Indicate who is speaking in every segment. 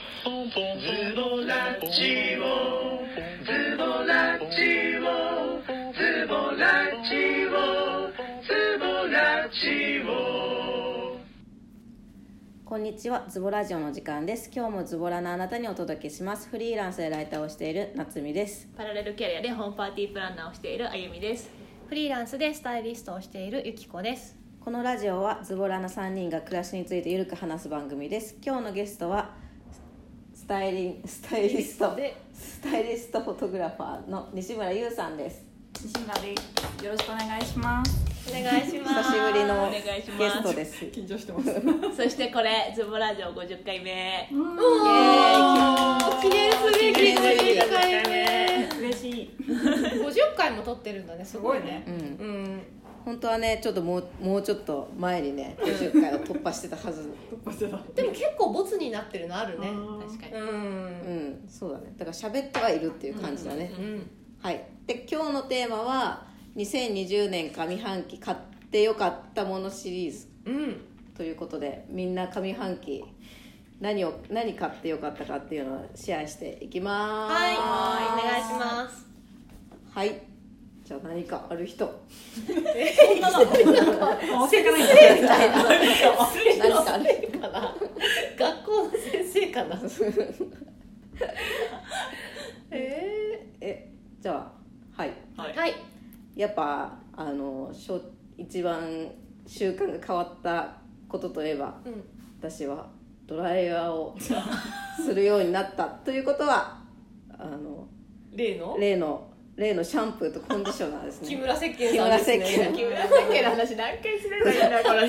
Speaker 1: ズボラジオズボラジオズボラジオズボラジオ
Speaker 2: こんにちはズボラジオの時間です今日もズボラなあなたにお届けしますフリーランスでライターをしている夏美です
Speaker 3: パラレルキャリアでホームパーティープランナーをしているあゆみです
Speaker 4: フリーランスでスタイリストをしているゆきこです。
Speaker 2: このラジオはズボラな3人が暮らしについてゆるく話す番組です今日のゲストはスタイリンスタイリスト
Speaker 4: で
Speaker 2: スタイリストフォトグラファーの西村優さんです
Speaker 5: 西村です。よろしくお願いします。
Speaker 4: お願いし
Speaker 2: 久しぶりの
Speaker 3: お願いします
Speaker 2: ゲストですイエ
Speaker 5: 緊張してます。
Speaker 3: そしてこれズボラジオ50回目
Speaker 2: ーイ
Speaker 4: 記念すべき50回目。
Speaker 5: 嬉しい。
Speaker 4: 50回も撮ってるんだね。す
Speaker 5: す
Speaker 4: ご
Speaker 5: ご
Speaker 4: い
Speaker 5: い
Speaker 4: ね
Speaker 5: ね。
Speaker 2: うん
Speaker 4: うん。
Speaker 2: 本当はねちょっともうもうちょっと前にね50回を突破してたはず
Speaker 5: 突破してた。
Speaker 4: でも結構ボツになってるのあるね。
Speaker 3: 確かに
Speaker 4: うん
Speaker 2: う。んそうだねだから喋ってはいるっていう感じだね、
Speaker 4: うん。
Speaker 2: はい、で今日のテーマは2020年上半期買ってよかったものシリーズ
Speaker 4: うん。
Speaker 2: ということでみんな上半期何を何買ってよかったかっていうのをシェアしていきます
Speaker 4: はい。お願いします。
Speaker 2: はいじゃあ何かある人
Speaker 5: 申し訳ないんですけど。
Speaker 2: 何かある
Speaker 4: かな。学校の先生かな。え
Speaker 2: えじゃあはい
Speaker 3: は
Speaker 4: え
Speaker 3: い
Speaker 4: はい。
Speaker 2: やっぱあのしょ一番習慣が変わったことといえば
Speaker 4: うん。
Speaker 2: 私はドライヤーをするようになったということはあの
Speaker 4: 例の。
Speaker 2: 例の例のシャンプーとコンディショナーですね
Speaker 4: 木村石鹸さんですね。
Speaker 2: 木
Speaker 3: さ
Speaker 4: 村
Speaker 3: っきの話何回すればいいんだ これ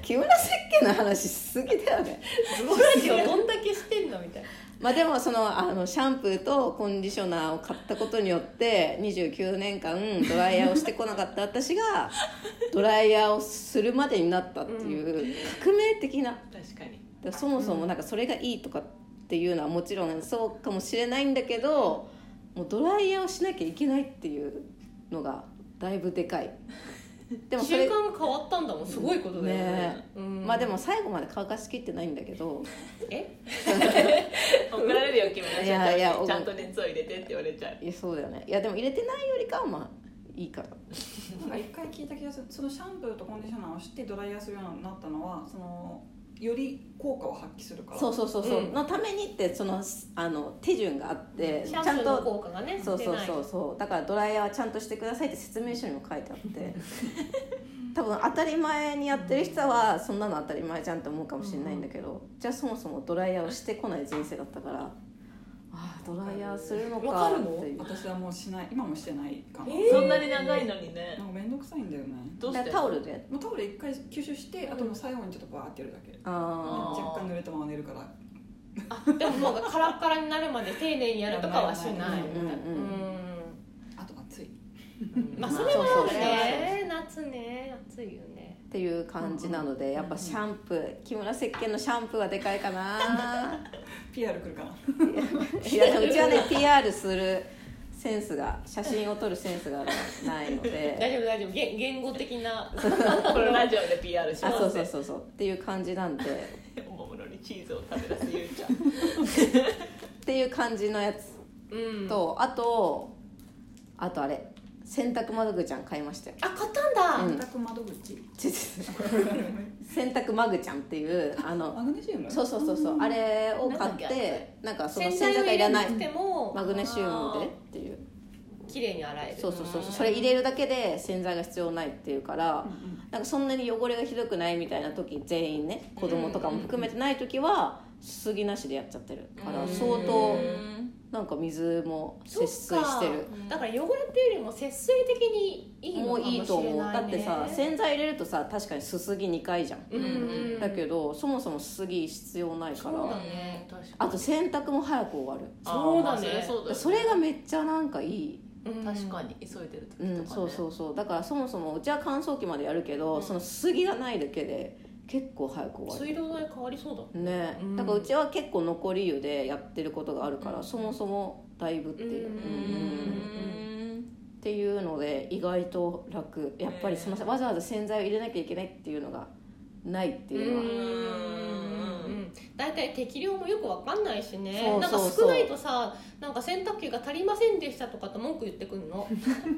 Speaker 2: 木村石鹸の話しすぎだよね
Speaker 4: ボラジオどんだけしてんのみたいな。
Speaker 2: まあでもそのあのシャンプーとコンディショナーを買ったことによって29年間ドライヤーをしてこなかった私がドライヤーをするまでになったっていう革命的な
Speaker 3: 確かに
Speaker 2: だからそもそもなんかそれがいいとかっていうのはもちろんそうかもしれないんだけどもうドライヤーをしなきゃいけないっていうのがだいぶで かいでもそ
Speaker 4: 習
Speaker 2: れ
Speaker 4: 慣が変わったんだもん。すごいことだよね
Speaker 2: ね。
Speaker 4: うん
Speaker 2: まあでも最後まで乾かしきってないんだけど
Speaker 4: え
Speaker 3: 怒られるよ木村さん
Speaker 2: いやいや
Speaker 3: ちゃんと熱を入れてって言われちゃう
Speaker 2: いやそうだよねいやでも入れてないよりかはまあいいから
Speaker 5: なんか一回聞いた気がする。そのシャンプーとコンディショナーをしてドライヤーするようになったのは、そのより効果を発揮するから。
Speaker 2: そうそうそうそう、
Speaker 4: うん
Speaker 2: のためにってそのあの手順があって
Speaker 4: シ
Speaker 2: ち
Speaker 4: ャン
Speaker 2: ゃん
Speaker 4: プーの
Speaker 2: と
Speaker 4: 効果がね
Speaker 2: そうそうそううそうだからドライヤーはちゃんとしてくださいって説明書にも書いてあって多分当たり前にやってる人はそんなの当たり前じゃんと思うかもしれないんだけど、じゃあそもそもドライヤーをしてこない人生だったからああドライヤーするのか
Speaker 4: わ
Speaker 2: っ
Speaker 4: か
Speaker 2: て
Speaker 4: るの
Speaker 2: いう
Speaker 5: 私はもうしない。今もしてないかな。
Speaker 4: え
Speaker 3: そんなに長いのにね
Speaker 5: なんかめんどくさいんだよね。
Speaker 3: どう
Speaker 2: だか
Speaker 3: して
Speaker 2: らタオルで
Speaker 5: もうタオル一回吸収して、あともう最後にちょっとバーってやるだけ。
Speaker 2: あ
Speaker 3: ー
Speaker 5: 若干濡れたまま寝るから。
Speaker 4: でももうカラッカラになるまで丁寧にやるとかはしない
Speaker 2: うん
Speaker 4: み
Speaker 2: う
Speaker 4: たい
Speaker 2: んう
Speaker 4: な
Speaker 2: ん
Speaker 5: あと暑い。
Speaker 4: まあ
Speaker 2: まあ
Speaker 4: それはある
Speaker 2: そう
Speaker 4: ね夏ね暑いよね
Speaker 2: っていう感じなのでやっぱシャンプー木村石鹸のシャンプーはでかいかな
Speaker 5: PR 来るかな。
Speaker 2: いやでもうちはね PR するセンスが写真を撮るセンスがないので
Speaker 4: 大丈夫大丈夫言言語的 な
Speaker 3: これラジオで PR しま
Speaker 2: あ
Speaker 3: す
Speaker 2: そうそうそうそうっていう感じなんでっ
Speaker 3: おもむろにチーズを食べ出すゆうちゃん
Speaker 2: ていう感じのやつ
Speaker 4: うん
Speaker 2: と、あとあとあれ洗濯窓口ちゃん買いましたよ
Speaker 4: あ買ったんだ
Speaker 2: うん
Speaker 5: 宅 窓口。
Speaker 2: ちょちょ洗濯マグちゃんっていうあの
Speaker 5: マグネシウム。
Speaker 2: そうそうそうそうあれを買っ
Speaker 3: なんだっけ
Speaker 2: てなんかその
Speaker 4: 洗
Speaker 2: 洗
Speaker 4: 剤
Speaker 2: 剤
Speaker 4: を
Speaker 2: が
Speaker 4: 入
Speaker 2: い
Speaker 4: れ
Speaker 2: ら
Speaker 4: な
Speaker 2: ない
Speaker 4: くても
Speaker 2: マグネシウムでっていう
Speaker 4: 綺麗に洗える
Speaker 2: そうそうそうそうそれ入れるだけで洗剤が必要ないっていうから、
Speaker 5: うんうん。
Speaker 2: なんかそんなに汚れがひどくないみたいな時全員ね子供とかも含めてない時はすすぎなしでやっちゃってるから相当なんか水も
Speaker 4: そっ
Speaker 2: 節
Speaker 4: か
Speaker 2: 水してる
Speaker 4: だから汚れっていうよりも節水的にいいの
Speaker 2: も
Speaker 4: か
Speaker 2: う
Speaker 4: もしれないい
Speaker 2: い
Speaker 4: ね
Speaker 2: と思うだってさ洗剤入れるとさ確かにすすぎ2回じゃん、
Speaker 4: うんうん
Speaker 2: だけどそもそもすすぎ必要ないか
Speaker 4: そうだ
Speaker 2: ら
Speaker 4: ね
Speaker 3: 確かに
Speaker 2: あと洗濯も早く終わる
Speaker 4: そ
Speaker 3: あー
Speaker 4: うだね
Speaker 3: まあそりゃそうだよね
Speaker 2: それがめっちゃなんかいい
Speaker 4: うん
Speaker 3: 確かに急いでる時とか
Speaker 2: う
Speaker 3: ね、
Speaker 2: んそうそうそうだからそもそもうちは乾燥機までやるけど、そのすすぎがないだけで結構早く終わる
Speaker 4: 水道代変わりそうだ
Speaker 2: ね
Speaker 4: うん
Speaker 2: だからうちは結構残り湯でやってることがあるから、そもそもだいぶっていう、
Speaker 4: うん
Speaker 3: うん
Speaker 2: っていうので意外と楽やっぱりすみませんわざわざ洗剤を入れなきゃいけないっていうのがないっていうのは、
Speaker 4: うんうんうん大体適量もよくわかんないしね
Speaker 2: そうそう
Speaker 4: なんか
Speaker 2: そう
Speaker 4: 少ないとさなんか洗濯機が足りませんでしたとかって文句言ってくるの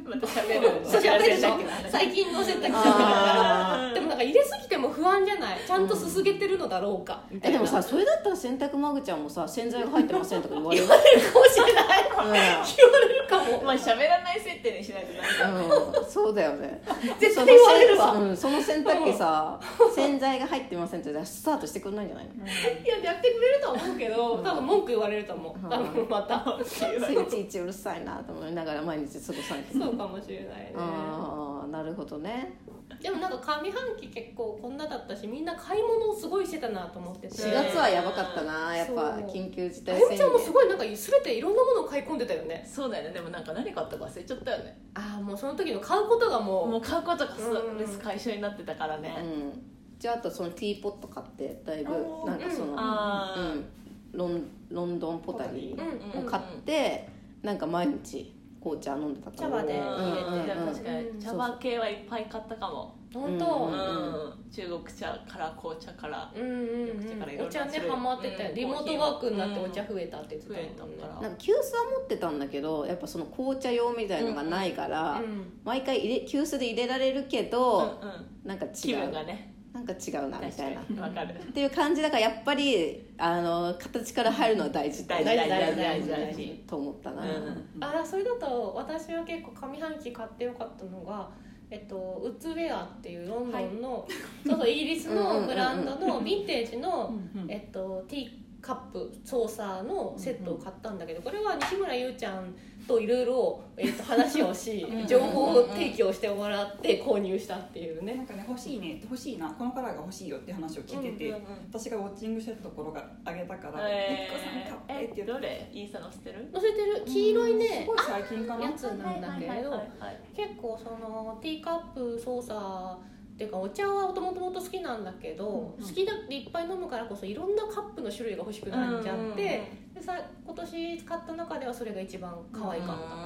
Speaker 3: また喋るの
Speaker 4: そう喋るの
Speaker 3: 喋る の
Speaker 4: 最近の洗濯機だ
Speaker 2: あ
Speaker 4: からでもなんか入れすぎても不安じゃないちゃんとすすげてるのだろうか、みた
Speaker 2: え
Speaker 4: い
Speaker 2: で
Speaker 4: な
Speaker 2: もさそれだったら洗濯マグちゃんもさ洗剤が入ってませんとか言われる、
Speaker 4: 言われるかもしれない
Speaker 2: う
Speaker 4: 言われるかも
Speaker 3: まあ喋らない設定にしないとなんか
Speaker 2: んうん、そうだよね
Speaker 4: 絶対言われるわ
Speaker 2: その,、うん、その洗濯機さ洗剤が入ってませんって言ったらスタートしてくんないんじゃないの
Speaker 4: いややってくれるとは思うけど多分文句言われると思う
Speaker 2: うん
Speaker 4: 多分また
Speaker 2: ついちいちうるさいなと思いながら毎日過ごさないと
Speaker 4: そうかもしれないね
Speaker 2: ああなるほどね
Speaker 4: でもなんか上半期結構こんなだったしみんな買い物をすごいしてたなと思ってて
Speaker 2: 4月はやばかったなやっぱ
Speaker 4: そう
Speaker 2: 緊急事
Speaker 4: あ
Speaker 2: 態
Speaker 4: ゆ
Speaker 2: 宣
Speaker 4: み
Speaker 2: 言
Speaker 4: ちゃんもすごいなんか全ていろんなものを買い込んでたよね
Speaker 3: そうだよねでもなんか何買ったか忘れちゃったよね
Speaker 4: ああもうその時の買うことがもう
Speaker 3: もう買うことがそ
Speaker 4: うん
Speaker 3: う解消になってたから
Speaker 2: う
Speaker 3: ね
Speaker 2: んじゃああとそのティーポット買ってだいぶ
Speaker 5: おー
Speaker 2: なんかその、
Speaker 3: ああ
Speaker 2: うん、ロンロンドンポタリ
Speaker 4: うん
Speaker 2: ーを
Speaker 4: うん
Speaker 2: 買って、なんか毎日紅茶飲んでたから
Speaker 4: 茶葉
Speaker 2: う
Speaker 4: で
Speaker 2: んうんうん
Speaker 3: でも確かに茶葉系はいっぱい買ったかも、
Speaker 4: 本
Speaker 2: うん
Speaker 4: 当
Speaker 3: うん中国茶から紅茶から
Speaker 4: うんうん
Speaker 3: 緑茶からいろ
Speaker 4: お
Speaker 3: んな
Speaker 4: 茶ね
Speaker 3: 種類
Speaker 4: ハマってたよ
Speaker 3: うん
Speaker 4: リモートワークになって
Speaker 3: う
Speaker 4: お
Speaker 3: ん
Speaker 4: 茶増えたって言って
Speaker 3: 増えた
Speaker 4: たもんね
Speaker 3: から
Speaker 2: なんか急須は持ってたんだけどやっぱその紅茶用みたいのがないから、
Speaker 4: うん
Speaker 2: 毎回入れ急須で入れられるけど、
Speaker 3: うんうん
Speaker 2: なんか違う
Speaker 3: 気分がね
Speaker 2: なんか違うなみ
Speaker 3: 確
Speaker 2: たいなっ
Speaker 3: かにわかる
Speaker 2: ていう感じだからやっぱりあの形から入るのは大事
Speaker 3: 大事
Speaker 4: 大事大事
Speaker 3: 大事大事
Speaker 2: と思ったな、
Speaker 3: うん
Speaker 4: あらそれだと私は結構上半期買ってよかったのがえっと、ウッズウェアっていうロンドンの、そうそうイギリスのブランドのヴィンテージのえっと、ティーカップソーサーのセットを買ったんだけどこれは西村優ちゃんといろいろえっと話をし
Speaker 3: んうん
Speaker 4: 情報を提供してもらって購入したっていう
Speaker 5: な
Speaker 4: ね
Speaker 5: んかね欲しいね欲しいなこのカラーが欲しいよって話を聞いてて、
Speaker 3: うんうんうん
Speaker 5: 私がウォッチングしてたところがあげたから「
Speaker 3: え
Speaker 5: ゆっこさん買って」って
Speaker 3: え
Speaker 5: 言
Speaker 3: ど
Speaker 5: って
Speaker 3: れインスタ載せてる
Speaker 4: 載せてる黄色い
Speaker 5: す
Speaker 4: ね
Speaker 5: ごい最近かな
Speaker 4: やつなんだけれど
Speaker 3: はいはいはい
Speaker 4: 結構そのティーカップソーサーっていうかお茶はもともと好きなんだけど、
Speaker 5: うんうん
Speaker 4: 好きだっていっぱい飲むからこそいろんなカップの種類が欲しくなっちゃって、でさ今年買った中ではそれが一番可愛かったか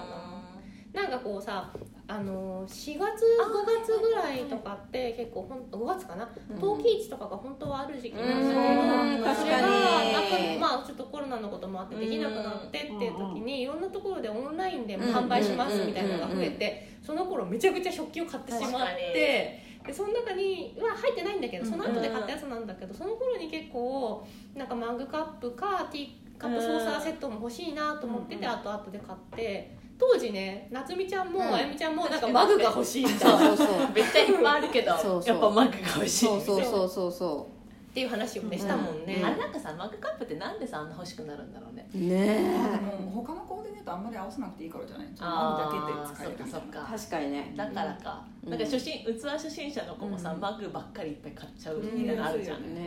Speaker 4: な。なんかこうさあのー4月5月ぐらいとかって結構ほんと5月かな
Speaker 2: うん
Speaker 4: 陶器市とかが本当はある時期なんですけど
Speaker 2: うん
Speaker 4: それが
Speaker 2: か
Speaker 3: 確
Speaker 2: に
Speaker 4: なんかまあちょっとコロナのこともあってできなくなってっていう時にいろんなところでオンラインでも販売しますみたいなのが増えてその頃めちゃくちゃ食器を買ってしま
Speaker 3: 確
Speaker 4: っ
Speaker 3: かに
Speaker 4: て。でその中には入ってないんだけどその後で買ったやつなんだけどその頃に結構なんかマグカップかティーカップソーサーセットも欲しいなと思っててあとあとで買って当時ね夏美ちゃんも、
Speaker 2: うん
Speaker 4: あゆみちゃんもなんかマグが欲しいみたい
Speaker 2: そう
Speaker 4: なっ
Speaker 2: そうそう
Speaker 3: めっちゃいっぱいあるけど
Speaker 2: そうそう
Speaker 3: やっぱマグが美味しい
Speaker 2: そうそうそうそうそ
Speaker 4: ていう話をねしたもんね、
Speaker 3: あ
Speaker 4: あ
Speaker 3: れなんかさマグカップってなんでさあんな欲しくなるんだろうね
Speaker 2: うね
Speaker 5: あで
Speaker 2: え
Speaker 5: も他のコーディネートあんまり合わせなくていいからじゃない
Speaker 3: あ
Speaker 5: あだけで使えるみた
Speaker 3: そっ
Speaker 5: い
Speaker 3: か
Speaker 5: な
Speaker 3: そっか
Speaker 2: 確かにね
Speaker 3: だからか、
Speaker 2: うん
Speaker 3: なんか初心器初心者の子もさ、
Speaker 2: うん
Speaker 3: マグばっかりいっぱい買っちゃうみたいなのあるじゃん、
Speaker 5: うん
Speaker 2: ね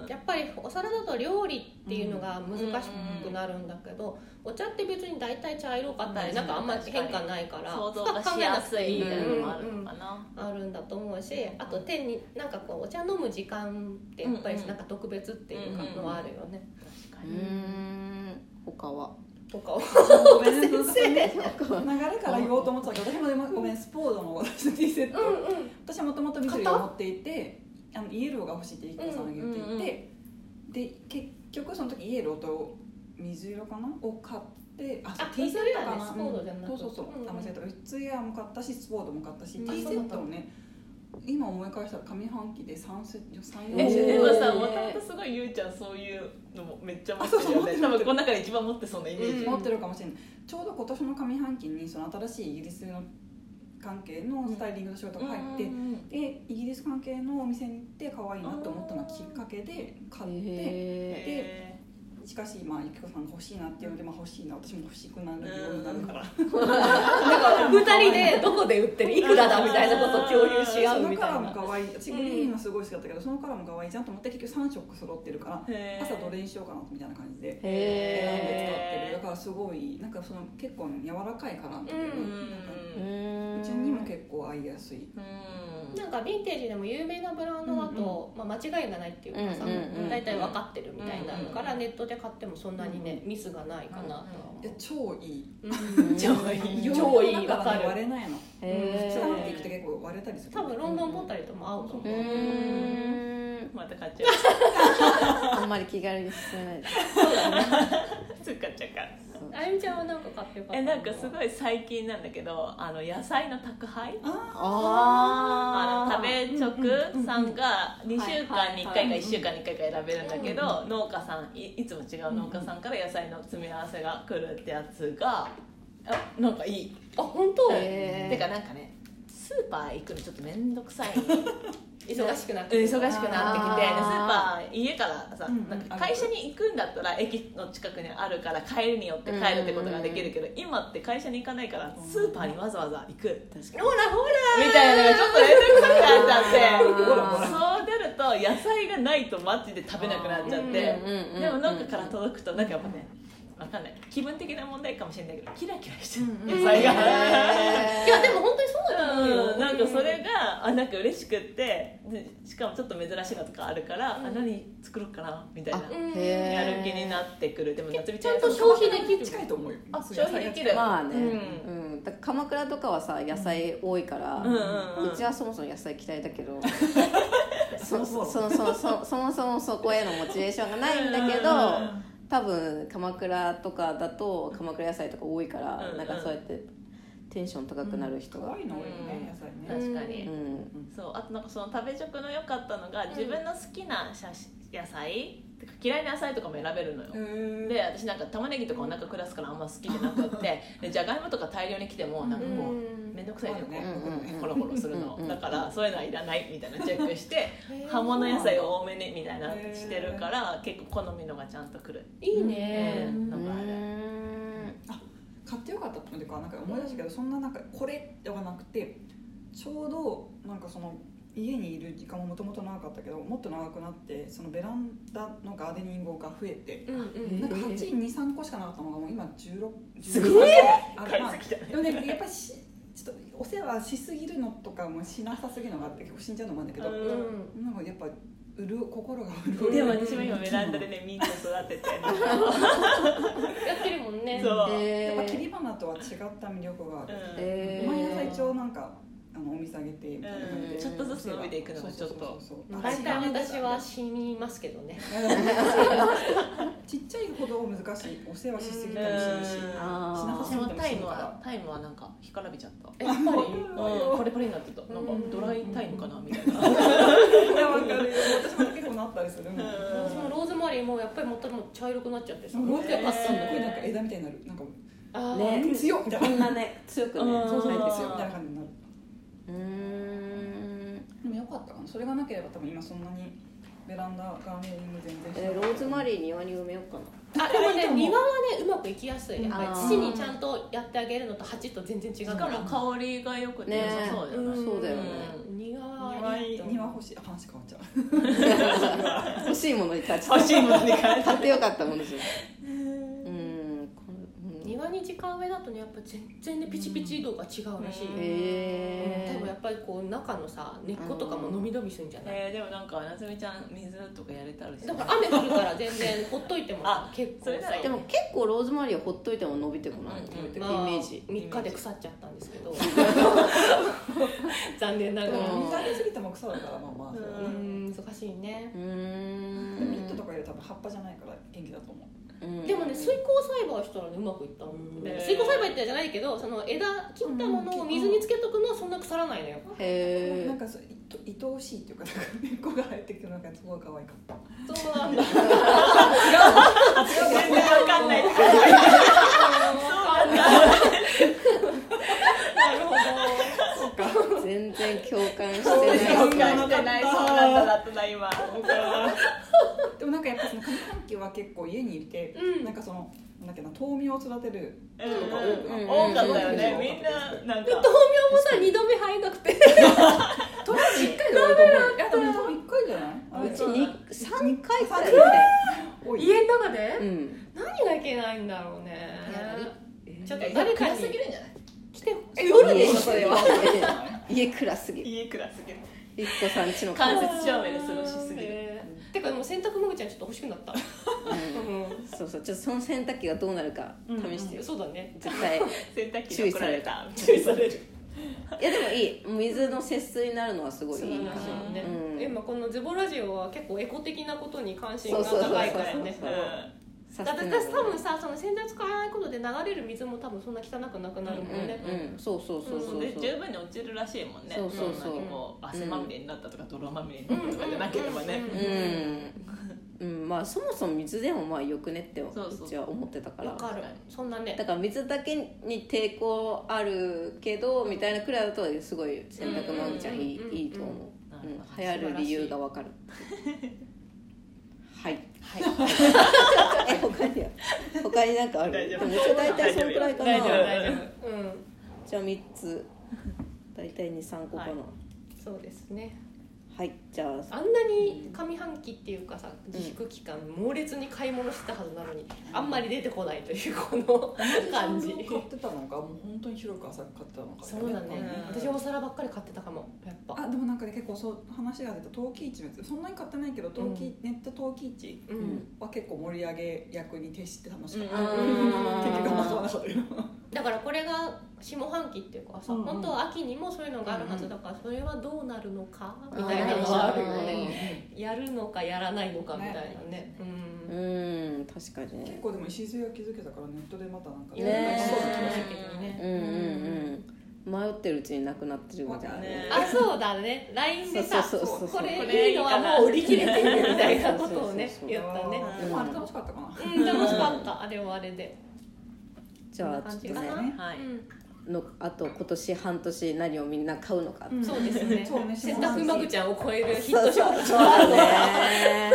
Speaker 3: うん
Speaker 4: やっぱりお皿だと料理っていうのが難しくなるんだけど、お茶って別に大体茶色かったり、
Speaker 3: うん
Speaker 4: なんかあんま変化ないから
Speaker 3: 想像がしやすいみたいなのもあるのかな、
Speaker 4: あるんだと思うしあと手になんかこうお茶飲む時間ってやっぱり
Speaker 3: うんうん
Speaker 4: なんか特別っていうかのはあるよね、
Speaker 3: 確
Speaker 2: う
Speaker 3: か
Speaker 2: ー
Speaker 3: に、
Speaker 2: ん他は
Speaker 4: とかを
Speaker 5: ごめんねずっとね
Speaker 2: 他は
Speaker 5: 流れから言おうと思ってたけど私もでもごめんスポードの私の T セット、 私はもともと緑を持っていてあのイエローが欲しいってゆきこさんが言ってい
Speaker 3: う
Speaker 5: て、
Speaker 3: んうんうん
Speaker 5: で結局その時イエローと水色かなを買ってあそう
Speaker 4: あ
Speaker 5: T セットかな
Speaker 4: それはねスポードじゃなく
Speaker 5: うんそうそうそう、
Speaker 4: うんうん
Speaker 5: あ間違えたウッズウェアも買ったしスポードも買ったし、
Speaker 4: うん
Speaker 5: T セットをね今思い返したら上半期で3セット3
Speaker 2: おー
Speaker 3: えでも
Speaker 5: 4
Speaker 3: さもともとすごいゆうちゃんそういうのもめっちゃ持って
Speaker 5: あそう
Speaker 3: るよ
Speaker 5: そう持って
Speaker 3: ね
Speaker 5: る
Speaker 3: 多分この中で一番持ってそうなイメージ、
Speaker 4: うん
Speaker 5: 持ってるかもしれないちょうど今年の上半期にその新しいイギリスの関係のスタイリングの仕事が入って、
Speaker 3: うん
Speaker 5: でイギリス関係のお店に行って可愛いなと思ったのがきっかけで買って
Speaker 2: へ
Speaker 3: へ
Speaker 5: しかしまあゆきこさんが欲しいなって言うので、まあ、欲しいな私も欲しくなるようになるから
Speaker 4: 2人でどこで売ってるいくらだみたいなことを共有し合
Speaker 5: そうの
Speaker 4: み
Speaker 5: カ
Speaker 4: たい
Speaker 5: ラー
Speaker 4: な
Speaker 5: も可愛い私グリーンのすごい好きだったけど、そのカラーも可愛いじゃんと思って結局3色揃ってるから
Speaker 3: へー
Speaker 5: 朝どれにしようかなみたいな感じで
Speaker 2: えへ
Speaker 3: へ
Speaker 5: 選んで使って
Speaker 3: ー
Speaker 5: るだからすごいなんかその結構柔らかいカラーだけど、
Speaker 4: う
Speaker 3: うん
Speaker 4: ん
Speaker 5: なんか
Speaker 2: えうーん
Speaker 5: うちにも結構合いやすい
Speaker 3: うん
Speaker 4: なんかヴィンテージでも有名なブランドだと、まあ、間違いがないっていうかさ、
Speaker 2: うんうんうん
Speaker 4: 大体分かってるみたいになるから、
Speaker 3: うん
Speaker 4: ネットでで買ってもそんなにね、ミスがないかなとは思
Speaker 5: いや超いい
Speaker 4: うん
Speaker 3: 超いい
Speaker 4: 超いい
Speaker 5: だ
Speaker 4: わ
Speaker 5: か
Speaker 4: から
Speaker 5: 割
Speaker 4: る
Speaker 5: れないの
Speaker 2: へ
Speaker 5: 下のって
Speaker 2: え
Speaker 5: いくと結構割れたりする
Speaker 4: 多分ロンドンポタリとも合うかも、
Speaker 2: うーん
Speaker 3: また買っちゃう
Speaker 2: あんまり気軽に進めないです
Speaker 3: すぐ買っちゃうから
Speaker 2: そう
Speaker 4: あゆみちゃんはなんか買ってよかった
Speaker 3: えなんかす
Speaker 4: い
Speaker 3: ごい最近なんだけどあの野菜の宅配
Speaker 5: あ
Speaker 3: あ
Speaker 2: あ
Speaker 3: の食べ直さんが2週間に1回か
Speaker 5: はい
Speaker 3: 1週間に1回か選べるんだけど農家さんいいつも違う農家さんから野菜の詰め合わせが来るってやつがあなんかいい
Speaker 4: あ本当、
Speaker 2: へー
Speaker 3: てかなんかねスーパー行くのちょっと面倒くさい
Speaker 4: 忙しくなっ
Speaker 3: うん忙
Speaker 4: て
Speaker 3: しくなってきてでスー
Speaker 2: あ
Speaker 3: パー家からさ、
Speaker 5: うんうん
Speaker 3: なんか会社に行くんだったら駅の近くにあるから帰りによって帰るってことができるけど、今って会社に行かないからスーパーにわざわざ行く、
Speaker 2: 確
Speaker 3: ほらほらみたいなのがちょっと連絡先に なっちゃって
Speaker 2: ほらほら
Speaker 3: そうなると野菜がないとマジで食べなくなっちゃって
Speaker 2: うんうんうんうん
Speaker 3: でも農家から届くとなんかやっぱねわかんない気分的な問題かもしれないけどキラキラしてる野菜が。
Speaker 4: いやでも本当にそうだと思うよ、
Speaker 3: うん、なんかそれがあなんか嬉しくってでしかもちょっと珍しいのとかあるから、あ何作ろうかなみたいな、
Speaker 4: うん
Speaker 2: へ
Speaker 3: やる気になってくるでも夏美ち
Speaker 4: ち
Speaker 3: ゃん
Speaker 4: ゃんと消費できる
Speaker 5: 近いと思うよ
Speaker 3: あ消費できる
Speaker 2: まあね、
Speaker 3: う
Speaker 2: うんんだから鎌倉とかはさ野菜多いから、
Speaker 3: うんうんうん
Speaker 2: ちはそもそも野菜嫌いだけ ど
Speaker 5: そ
Speaker 2: そう
Speaker 5: そ
Speaker 2: そうそそそそもそもそこへのモチベーションがないんだけど
Speaker 3: うんうんうん
Speaker 2: 多分鎌倉とかだと鎌倉野菜とか多いから、
Speaker 3: うんうん
Speaker 2: なんかそうやってテンション高くなる人が、
Speaker 5: 可愛いの多いよ
Speaker 3: うん
Speaker 5: ね野菜
Speaker 3: 確
Speaker 5: ね
Speaker 3: かに、
Speaker 4: う
Speaker 2: うん
Speaker 3: そうあとなんかその食べ食の良かったのが、
Speaker 4: ん
Speaker 3: 自分の好きな写真野菜てか嫌いな野菜とかも選べるのよ、
Speaker 5: へー
Speaker 3: で私なんか玉ねぎとかお腹下すからあんま好きじゃなくってでじゃがいもとか大量に来てもなんかこう、面倒くさいじゃんこ
Speaker 5: うん
Speaker 2: うんう
Speaker 3: うんホロホロするの
Speaker 2: うんうん
Speaker 3: だからそういうのはいらないみたいなチェックして
Speaker 4: へー
Speaker 3: 葉物野菜を多めにみたいなしてるから結構好みのがちゃんとくる
Speaker 4: いいね、
Speaker 3: うん
Speaker 2: う
Speaker 3: のがある
Speaker 2: ん
Speaker 5: 買ってよかったっていうかなんか思い出したけどそんななんかこれではなくてちょうどなんかその家にいる時間ももともと長かったけどもっと長くなってそのベランダのガーデニングが増えて
Speaker 4: うんうん
Speaker 5: なんか823個しかなかったのがもう今16
Speaker 3: すごい
Speaker 5: あ
Speaker 3: 買い
Speaker 5: まあ
Speaker 3: すぎじゃない
Speaker 5: でもねやっぱしちょっとお世話しすぎるのとかもしなさすぎるのがあって結構死んじゃうのもあるんだけど、
Speaker 4: うん
Speaker 5: なんかやっぱ潤う心が潤う
Speaker 3: でも私も今ベランダでねミント育てて
Speaker 4: やってるもんね
Speaker 3: そう
Speaker 5: や
Speaker 2: え
Speaker 5: っぱ切
Speaker 2: ー
Speaker 5: り花とは違った魅力がある、
Speaker 2: えー
Speaker 5: 毎朝一応なんかあのお水あげてみたいな感じで、
Speaker 2: うんちょっ
Speaker 3: とずつ伸びていくのがちょっと
Speaker 5: そうそうそうそう
Speaker 4: 大体私は死にますけどね
Speaker 5: ちっちゃいほど難しいお世話しすぎたりするし、
Speaker 3: うん
Speaker 2: あー
Speaker 5: しなさ
Speaker 3: 私
Speaker 5: すぎ
Speaker 3: も
Speaker 5: たり
Speaker 3: タイ
Speaker 5: する
Speaker 3: ム
Speaker 5: か
Speaker 3: はタイムはなんか干からびちゃった
Speaker 4: やっぱり
Speaker 3: うんパリパリになってたなんかドライタイムかなみたいな
Speaker 5: らいやわかる私も結構なったりするもん
Speaker 4: そのローズマリーもやっぱりまたもう茶色くなっちゃってさ
Speaker 5: も
Speaker 4: もう
Speaker 5: う一
Speaker 4: 一回
Speaker 5: 回
Speaker 4: 買っ
Speaker 5: 買ったた
Speaker 4: ん
Speaker 5: の
Speaker 4: だ
Speaker 5: こ
Speaker 4: よ
Speaker 5: れなんか枝みたいになるなんか
Speaker 4: あー
Speaker 2: ね
Speaker 5: 強っみたい
Speaker 2: こ
Speaker 5: なん
Speaker 2: なね強くね
Speaker 3: うん
Speaker 2: そうないです
Speaker 5: 強っみ
Speaker 2: よ
Speaker 5: たいな感じになる
Speaker 2: うーん
Speaker 5: でもよかったかなそれがなければ多分今そんなにベランダガーデニング全然して
Speaker 2: え
Speaker 5: ない
Speaker 2: ーローズマリー庭に埋めようかな
Speaker 4: あでもね庭はねうまくいきやすいやっぱり
Speaker 2: あー
Speaker 4: 土にちゃんとやってあげるのと鉢と全然違
Speaker 3: し
Speaker 4: う
Speaker 3: か
Speaker 4: から
Speaker 3: も香りが良くて
Speaker 2: ね
Speaker 3: 良さそうじゃない
Speaker 2: うんそうだよね
Speaker 4: うん庭
Speaker 5: 庭
Speaker 4: はいいと思う
Speaker 5: 庭欲しいあ話変わっちゃ う
Speaker 2: 欲しいものに変えちゃっ
Speaker 3: 欲
Speaker 2: た
Speaker 3: しいものに変えた
Speaker 2: 買ってよかったものじゃんうんこれうん
Speaker 4: 庭に時間上だとねやっぱ全然ねピチピチ度が違うらしいよ、
Speaker 3: うん
Speaker 2: へ
Speaker 4: 多分や
Speaker 2: え
Speaker 4: っぱりこう中のさ根っことかも伸び伸びするんじゃない、
Speaker 3: えー、でもなんか夏美ちゃん水とかやれたらしい
Speaker 4: だから雨降るから全然ほっといてもさ
Speaker 3: あ
Speaker 4: 結構
Speaker 3: それならいい
Speaker 2: でも結構ローズマリーはほっといても伸びてこない、
Speaker 3: うんうん
Speaker 2: イメ
Speaker 4: まあ、
Speaker 2: ージ、
Speaker 4: 3日で腐っちゃったんです けど 残念ながら
Speaker 2: うん
Speaker 5: 水あげすぎても草だからまあまあそれは
Speaker 4: う
Speaker 5: ね
Speaker 4: ん難しいね
Speaker 2: うー
Speaker 5: でもミ
Speaker 2: ん
Speaker 5: ントとかより多分葉っぱじゃないから元気だと思う
Speaker 2: うん
Speaker 4: でもね水耕栽培したらねうまくいったもんね
Speaker 3: うん
Speaker 4: 水耕栽培ってじゃないけどその枝切ったものを水につけとくのはそんな腐らないのよ
Speaker 2: へ
Speaker 5: なん
Speaker 2: え
Speaker 5: かそういと愛おしいっていうかなんか根っこが生えてくるのがすごい可愛かった
Speaker 4: そうなんだ
Speaker 3: 全然わかんない
Speaker 4: なるほど
Speaker 2: 全然共感してない
Speaker 3: 共感してないそうなんだだったな今
Speaker 5: でもなんかやっぱその上半期は結構家にいて、
Speaker 4: うん
Speaker 5: なんかそのなんだっけな豆苗を育てる
Speaker 3: うん多かったよねみんななんか
Speaker 4: 豆苗もさ2度目入んなくて
Speaker 5: 豆苗一回だよと思ういやでも多分一回じゃな
Speaker 2: う
Speaker 5: い
Speaker 2: ちに3回くらい
Speaker 5: 三多い
Speaker 4: 家の中で、
Speaker 2: うん
Speaker 4: 何がいけないんだろうねちょっと誰
Speaker 3: 誰
Speaker 4: か
Speaker 3: か
Speaker 4: に
Speaker 3: すぎるんじゃない
Speaker 4: 来てほしい
Speaker 2: 夜でしょそれは家暗すぎる
Speaker 3: 家暗すぎる
Speaker 2: 一個さんちの
Speaker 3: 間
Speaker 2: 感
Speaker 3: 接照明で過ごしすぎる
Speaker 4: てかもう洗濯もぐちゃんちょっと欲しくなった、
Speaker 2: うん
Speaker 4: うん、
Speaker 2: そうそうちょっとその洗濯機がどうなるか試してよ、
Speaker 4: そうだね
Speaker 2: 絶対い
Speaker 3: 洗濯機
Speaker 2: 注
Speaker 3: が
Speaker 2: 意
Speaker 3: 怒
Speaker 2: さ
Speaker 3: ら
Speaker 2: れ
Speaker 3: れた
Speaker 4: 注意される
Speaker 2: やでもいい水の節水になるのはすごいいい
Speaker 4: そう
Speaker 2: か
Speaker 4: だ
Speaker 2: も
Speaker 4: ね、
Speaker 2: うん
Speaker 4: 今このズボラジオは結構エコ的なことに関心が高いか
Speaker 2: そうそう
Speaker 4: らね
Speaker 2: そうそうサス
Speaker 4: だっ
Speaker 2: テ
Speaker 4: て
Speaker 2: ナ
Speaker 4: 私
Speaker 2: ブ
Speaker 4: 多
Speaker 2: ル
Speaker 4: 分さその洗濯使わないことで流れる水も多分そんな汚くなくなるもんね、
Speaker 2: うんうん、そうそうそう
Speaker 3: う
Speaker 2: そ
Speaker 3: ん
Speaker 2: う
Speaker 3: で
Speaker 2: そう
Speaker 3: 十分に落ちるらしいもんね
Speaker 2: そうそう
Speaker 4: そうん
Speaker 3: なにこ
Speaker 2: う
Speaker 3: う
Speaker 2: ん
Speaker 3: 汗まみれになったとか泥まみれになったとかじゃなければね、
Speaker 4: うん
Speaker 2: うん、うん、まあそもそも水でもまあよくねってう
Speaker 3: そうそう
Speaker 2: ちは思ってたか
Speaker 4: わ
Speaker 2: ら
Speaker 4: かるそんなね
Speaker 2: だから水だけに抵抗あるけどみたいなくらいだとすごい洗濯まみちゃんいい,、
Speaker 4: うんうんうんうん
Speaker 2: いいと思
Speaker 3: な
Speaker 2: う、うん、流行
Speaker 3: るほど
Speaker 2: る理由がわかるはい
Speaker 3: は い
Speaker 2: え他には他になんかある
Speaker 3: 大
Speaker 2: で
Speaker 3: 丈夫
Speaker 2: もうちょ大体そんくらいかな
Speaker 3: 大丈夫
Speaker 4: 大丈夫うん
Speaker 2: じゃあ3つ大体23個かな
Speaker 3: は
Speaker 2: はい、
Speaker 4: そうですね
Speaker 2: じゃあ
Speaker 4: あんなに上半期っていうかさ自粛期間猛烈に買い物してたはずなのにあんまり出てこないというこの感じ
Speaker 5: 買ってたのかもう本当に広く浅く買ってたのか
Speaker 4: そうだね
Speaker 3: うん
Speaker 4: 私お皿ばっかり買ってたかもやっぱ
Speaker 5: あでもなんかね結構そう話が出た陶器市のやつそんなに買ってないけど陶器、ネット陶器市
Speaker 4: う
Speaker 2: うん
Speaker 5: は結構盛り上げ役に徹して楽しかった、
Speaker 2: うん
Speaker 5: 結局まとまらなかったけど
Speaker 4: だからこれが下半期っていうかさ
Speaker 5: うんうん
Speaker 4: 本当は秋にもそういうのがあるはずだからそれはどうなるのかみ
Speaker 2: み
Speaker 4: たいなの
Speaker 2: は
Speaker 4: はあるよね
Speaker 5: ね
Speaker 4: やるのかやらないのかみたいなねうん
Speaker 2: うん確かに
Speaker 5: 結
Speaker 2: ね
Speaker 5: 構でも礎は気づけたからネットでまたなんか
Speaker 4: いろいろな人
Speaker 2: ね
Speaker 4: が楽しいけどね
Speaker 2: うんうんうん迷ってるうちになくなってるみたいな
Speaker 3: ね
Speaker 4: あそうだね LINE でさ
Speaker 2: そうそうそうそう
Speaker 4: こ
Speaker 3: こ
Speaker 4: れ
Speaker 3: れ
Speaker 4: いいのはもう売り切れてるみたいなことをね
Speaker 2: そうそうそうそう
Speaker 4: 言ったね
Speaker 5: でもあれ楽しかったかな、
Speaker 4: うん楽しかったあれはあれで
Speaker 2: じゃあちょっと
Speaker 4: こんな感じか
Speaker 2: ね
Speaker 4: な
Speaker 3: はい
Speaker 2: のあと今年半年何をみんな買うのか、
Speaker 4: うんそうですね
Speaker 5: そうね
Speaker 4: 洗濯マグちゃんを超えるヒッ
Speaker 2: そ
Speaker 4: ト
Speaker 2: う
Speaker 4: 商
Speaker 2: そう
Speaker 4: 品
Speaker 2: そうだ ね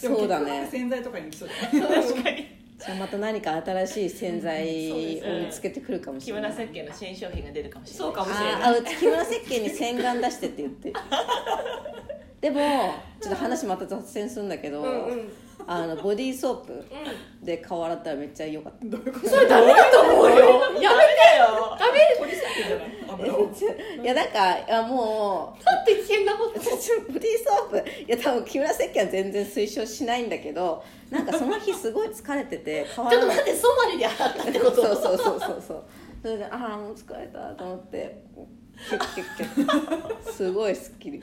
Speaker 5: でも
Speaker 2: そうだ
Speaker 5: 結局なんか
Speaker 2: ね
Speaker 5: 洗剤とかに来そうだよね
Speaker 3: 確かに
Speaker 2: じゃあまた何か新しい洗剤
Speaker 4: そうです
Speaker 2: を見つけてくるかもし
Speaker 3: 木
Speaker 2: れな
Speaker 3: 村
Speaker 2: い、
Speaker 3: 石鹸の新商品が出るかもしれない
Speaker 4: そうかもしれない
Speaker 2: ああうち木村石鹸に洗顔出してって言 ってでもちょっと話また脱線するんだけど、
Speaker 4: うんうん
Speaker 2: あのボディーソープで顔洗ったらめっちゃ良か った
Speaker 5: どういうこと
Speaker 4: それダメだと思うよやめてよダメ
Speaker 5: 取りすぎてるじゃない油を
Speaker 2: いやなんかいやもう
Speaker 4: だって危険なこと
Speaker 2: 私もボディーソープいや多分木村石鹸は全然推奨しないんだけどなんかその日すごい疲れてて顔
Speaker 4: ちょっ
Speaker 2: 洗
Speaker 4: と
Speaker 2: う
Speaker 4: 待ってソマリで洗ったって
Speaker 2: そ
Speaker 4: こ
Speaker 2: う
Speaker 4: と
Speaker 2: そうそうそうそうそうそれでああもう疲れたと思ってキュッキュッキュッすごいすっき り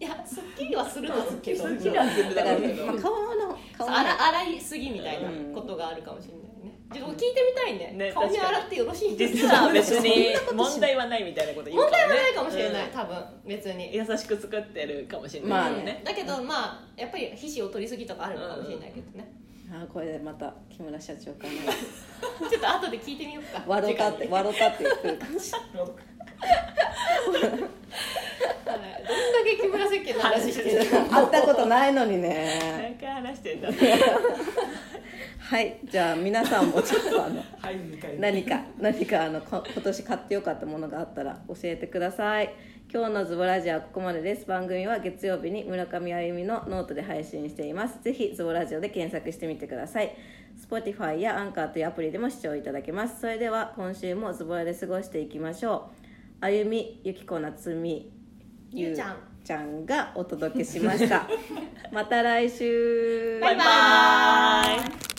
Speaker 4: いやすっきりはするんですけど
Speaker 3: 好きなんです
Speaker 2: だから、
Speaker 3: けど
Speaker 2: まあ、顔の顔の
Speaker 4: 洗洗いすぎみたいなことがあるかもしれないねちょっと聞いてみたいね
Speaker 3: ね
Speaker 4: 顔に洗ってよろしいんです
Speaker 3: 実
Speaker 4: か
Speaker 3: は別に問題はないみたいなこと言う
Speaker 4: 問題はない
Speaker 3: ね
Speaker 4: かもしれない、
Speaker 3: うん
Speaker 4: 多分別に
Speaker 3: 優しく作ってるかもしれない
Speaker 2: まあ
Speaker 3: よ
Speaker 2: ね
Speaker 4: だけどまあやっぱり皮脂を取りすぎとかあるのかもしれないけどね、
Speaker 2: あーこれでまた木村社長から
Speaker 4: ちょっと後で聞いてみようか
Speaker 2: 「わろた」って「わろた」って来るかもしれない
Speaker 4: 次回はいどんだけ木村石鹸の話 してる
Speaker 2: 会ったことないのに ね
Speaker 3: 何回話してんだ
Speaker 2: はいじゃあ皆さんもちょっとあの
Speaker 5: はい2回
Speaker 2: 何か何かあのこ今年買ってよかったものがあったら教えてください今日のズボラジオはここまでです番組は月曜日に村上あゆみのノートで配信していますぜひズボラジオで検索してみてください Spotify やアンカーというアプリでも視聴いただけますそれでは今週もズボラで過ごしていきましょうあゆみゆきこなつみ
Speaker 4: ゆうちゃん
Speaker 2: ちゃん がお届けしましたまた来週
Speaker 4: バイバーイ